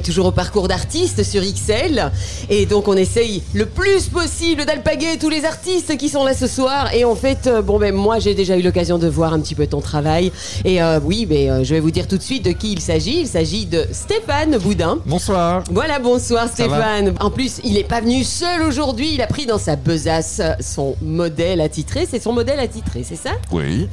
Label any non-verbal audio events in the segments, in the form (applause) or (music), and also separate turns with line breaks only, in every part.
Toujours au parcours d'artistes sur XL. Et donc, on essaye le plus possible d'alpaguer tous les artistes qui sont là ce soir. Et en fait, euh, bon, ben, moi, j'ai déjà eu l'occasion de voir un petit peu ton travail. Et euh, oui, mais euh, je vais vous dire tout de suite de qui il s'agit. Il s'agit de Stéphane Boudin.
Bonsoir.
Voilà, bonsoir Stéphane. En plus, il n'est pas venu seul aujourd'hui. Il a pris dans sa besace son modèle attitré. C'est son modèle attitré, c'est ça
Oui.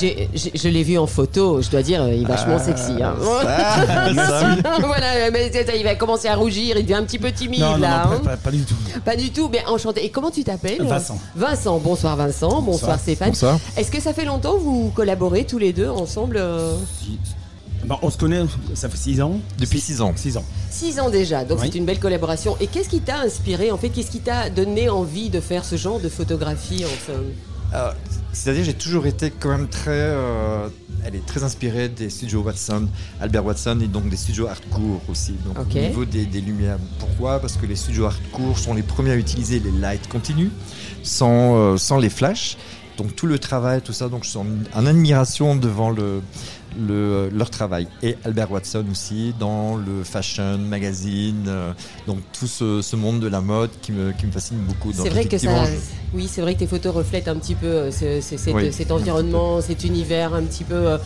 J'ai- j'ai- Je l'ai vu en photo. Je dois dire, il est vachement sexy. hein. (laughs) voilà, euh, mais c'est ça, il va commencer à rougir, il devient un petit peu timide
Non, non,
là.
non,
hein.
pas, pas- pas du tout.
Pas du tout, mais enchanté. Et comment tu t'appelles euh
Vincent.
Vincent, bonsoir Vincent, bonsoir,
Bonsoir.
Stéphane.
Bonsoir.
Est-ce que ça fait longtemps que vous collaborez tous les deux ensemble euh,
Bon, on se connaît, ça fait 6 ans.
Depuis 6 ans.
6 ans.
Six ans déjà, donc
Oui.
c'est une belle collaboration. Et qu'est-ce qui t'a inspiré en fait Qu'est-ce qui t'a donné envie de faire ce genre de photographie enfin
Euh, C'est-à-dire, j'ai toujours été quand même très, euh, elle est très inspirée des studios Watson, Albert Watson, et donc des studios hardcore aussi. Donc
Ok.
au niveau des, des lumières. Pourquoi Parce que les studios hardcore sont les premiers à utiliser les lights continus, sans, euh, sans les flashs. Donc tout le travail, tout ça. Donc je suis en, en admiration devant le, le- euh, leur travail. Et Albert Watson aussi dans le fashion magazine. euh, donc tout ce, ce monde de la mode qui me, qui me fascine beaucoup. Donc,
C'est vrai que
effectivement,
ça.
je-
Oui, c'est vrai que tes photos reflètent un petit peu euh, ce- ce- cet,
Oui.
cet environnement, cet univers un petit peu. euh,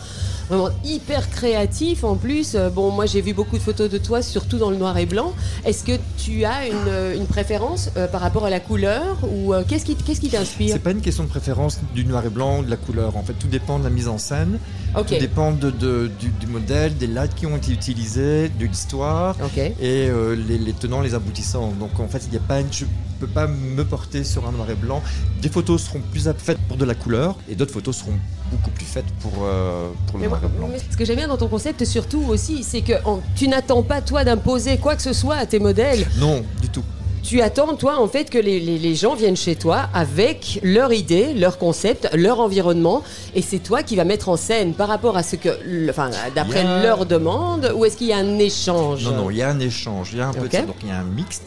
Vraiment hyper créatif en plus. Euh, Bon, moi j'ai vu beaucoup de photos de toi, surtout dans le noir et blanc. Est-ce que tu as une, euh, une préférence euh, par rapport à la couleur ou euh, qu'est-ce qui qu'est-ce qui t'inspire
C'est pas une question de préférence du noir et blanc ou de la couleur. En fait, tout dépend de la mise en scène,
Ok,
tout dépend de, de- du, du modèle, des lights qui ont été utilisés, de l'histoire
ok.
et euh, les, les tenants, les aboutissants. Donc en fait, il y a pas, une- je peux pas me porter sur un noir et blanc. Des photos seront plus aptes faites pour de la couleur et d'autres photos seront beaucoup plus faites pour, euh, pour le
Mais moi,
noir et blanc.
mais ce que j'aime bien dans ton concept surtout aussi, c'est que en- tu n'attends pas toi d'imposer quoi que ce soit à tes modèles.
Non, du tout.
Tu attends, toi, en fait, que les, les- les gens viennent chez toi avec leur idée, leur concept, leur environnement, et c'est toi qui vas mettre en scène par rapport à ce que, le- enfin, d'après
Il y a-
leur demande, ou est-ce qu'il y a un échange
Non, non, il y a un échange, il y a un peu
Ok.
de ça. Donc il y a un mixte,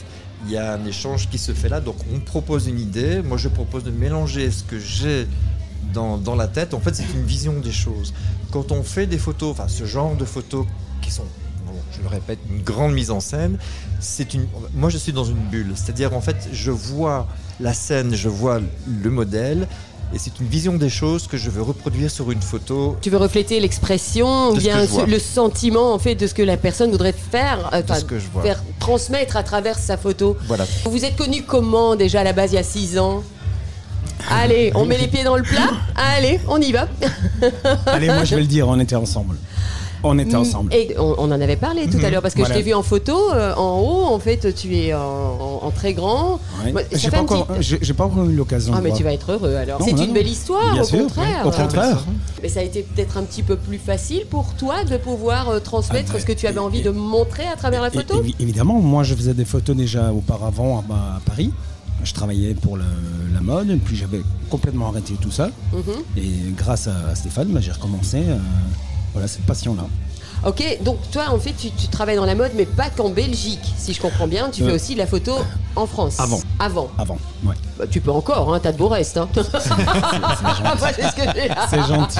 il y a un échange qui se fait là. Donc on propose une idée, moi je propose de mélanger ce que j'ai dans, dans la tête. En fait, c'est une vision des choses. Quand on fait des photos, enfin ce genre de photos qui sont, bon, je le répète, une grande mise en scène, c'est une. Moi je suis dans une bulle, c'est-à-dire en fait, je vois la scène, je vois le modèle. Et c'est une vision des choses que je veux reproduire sur une photo
Tu veux refléter l'expression, ou
De ce
bien
que je vois.
le sentiment, en fait, de ce que la personne voudrait faire, euh,
de
enfin,
ce que je vois.
faire transmettre à travers sa photo.
Voilà.
Vous vous êtes connu comment déjà à la base il y a 6 ans Allez, on met les pieds dans le plat. Allez, on y va.
Allez, moi je vais le dire, on était ensemble. On était ensemble.
Mm.
Mhm.
Et on, on en avait parlé tout à l'heure parce que
Voilà.
je t'ai vu en photo euh, en haut. En fait, tu es en, en- en très grand.
Ouais.
Moi, ça
J'ai
fait
pas,
un
encore-
petit-
j'ai- j'ai pas encore eu l'occasion.
Ah
de
mais
voir.
tu vas être heureux alors.
Non,
C'est
non,
une
non.
belle histoire
Bien
au
sûr, oui.
contraire.
Au contraire.
Mais ça a été peut-être un petit peu plus facile pour toi de pouvoir euh, transmettre
Ah, mais-
ce que tu avais envie de montrer à travers la
Et-
photo.
évi- évidemment, moi je faisais des photos déjà auparavant à, bah, à Paris. Je travaillais pour la, la mode, puis j'avais complètement arrêté tout ça.
Mhm.
Et grâce à, à Stéphane, bah, j'ai recommencé euh, voilà, cette passion-là.
Ok, donc toi en fait tu, tu travailles dans la mode mais pas qu'en Belgique, si je comprends bien. Tu
Euh,
fais aussi de la photo en France.
avant.
Avant.
Avant, ouais.
Bah, tu peux encore, hein, t'as de beaux restes.
(laughs)
Hein. (laughs) Voilà ce que j'ai là.
C'est gentil.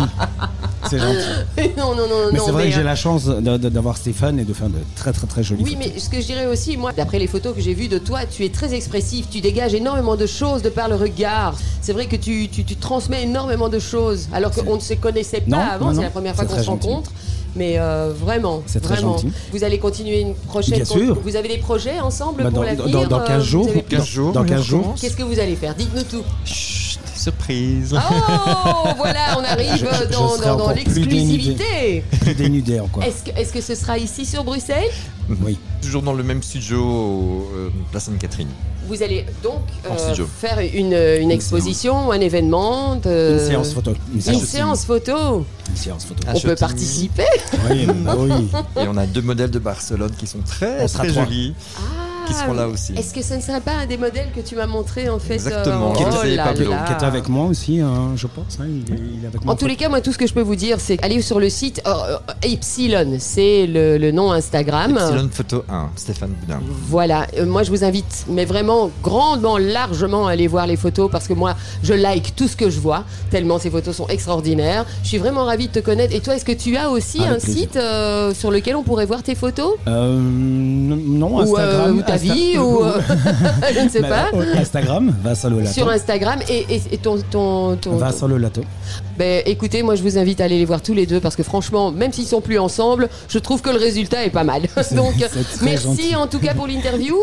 C'est gentil.
Non, non, non,
Mais
non.
c'est vrai
mais,
que j'ai
euh,
la chance de- de- d'avoir Stéphane et de faire de très très très jolies
Oui,
photos.
mais ce que je dirais aussi, moi, d'après les photos que j'ai vues de toi, tu es très expressif, tu dégages énormément de choses de par le regard. C'est vrai que tu, tu, tu transmets énormément de choses, alors qu'on ne se connaissait pas
Non,
avant,
non,
c'est
non,
la première fois
c'est
qu'on
très
se
gentil.
rencontre. Mais euh, vraiment,
C'est très
vraiment.
gentil.
Vous allez continuer une prochaine.
Bien sûr.
Vous avez des projets ensemble
Bah,
pour
dans,
l'avenir
dans- dans
euh,
15
vous
jours,
avez-
dans-
Quinze jours,
dans
on
15 jours,
recommence.
Qu'est-ce que vous allez faire Dites-nous
(laughs)
tout.
Chut, surprise.
Oh, voilà, on arrive
Je- je- je
dans,
serai
dans- dans
encore plus
l'exclusivité.
plus dénudé encore.
Est-ce que, est-ce que ce sera ici sur Bruxelles
Oui.
Toujours dans le même studio, au, euh, place Sainte-Catherine.
Vous allez donc
En
euh,
studio.
faire une, une exposition, un événement, de-
Une séance photo. Une
Une
séance,
séance photo.
une séance photo.
Ah,
On
je
peut
t'y-
participer.
Oui, oui.
Ah.
Et on a deux modèles de Barcelone qui sont très
On sera
très
trois.
jolis. qui seront là aussi.
Ah, Est-ce que ça ne serait pas un des modèles que tu m'as montré en fait euh,
Exactement.
oh
Qui était
là
Pablo.
là.
Qui était avec moi aussi, hein, je pense. hein, il, est- il est avec moi.
En tous les cas, moi, tout ce que je peux vous dire, c'est aller sur le site euh, euh, Epsilon, c'est le, le nom Instagram.
Epsilon Photo 1, Stéphane Boudin.
Voilà, Euh, moi je vous invite, mais vraiment grandement, largement à aller voir les photos parce que moi je like tout ce que je vois, tellement ces photos sont extraordinaires. Je suis vraiment ravie de te connaître. Et toi, est-ce que tu as aussi
Avec
un
plaisir.
site euh, sur lequel on pourrait voir tes photos
Euh, non,
Ou, euh,
Instagram.
ou ta
Insta-
vie Ou
(laughs)
euh, (laughs) je ne sais
Mais,
pas.
euh, Instagram, Vincent Lolato.
Sur Instagram et, et- et ton. ton, ton-
Vincent Lolato.
Ben, écoutez, moi je vous invite à aller les voir tous les deux parce que franchement, même s'ils sont plus ensemble, je trouve que le résultat est pas mal. (laughs) Donc
c'est très
merci
gentil.
en tout cas pour l'interview.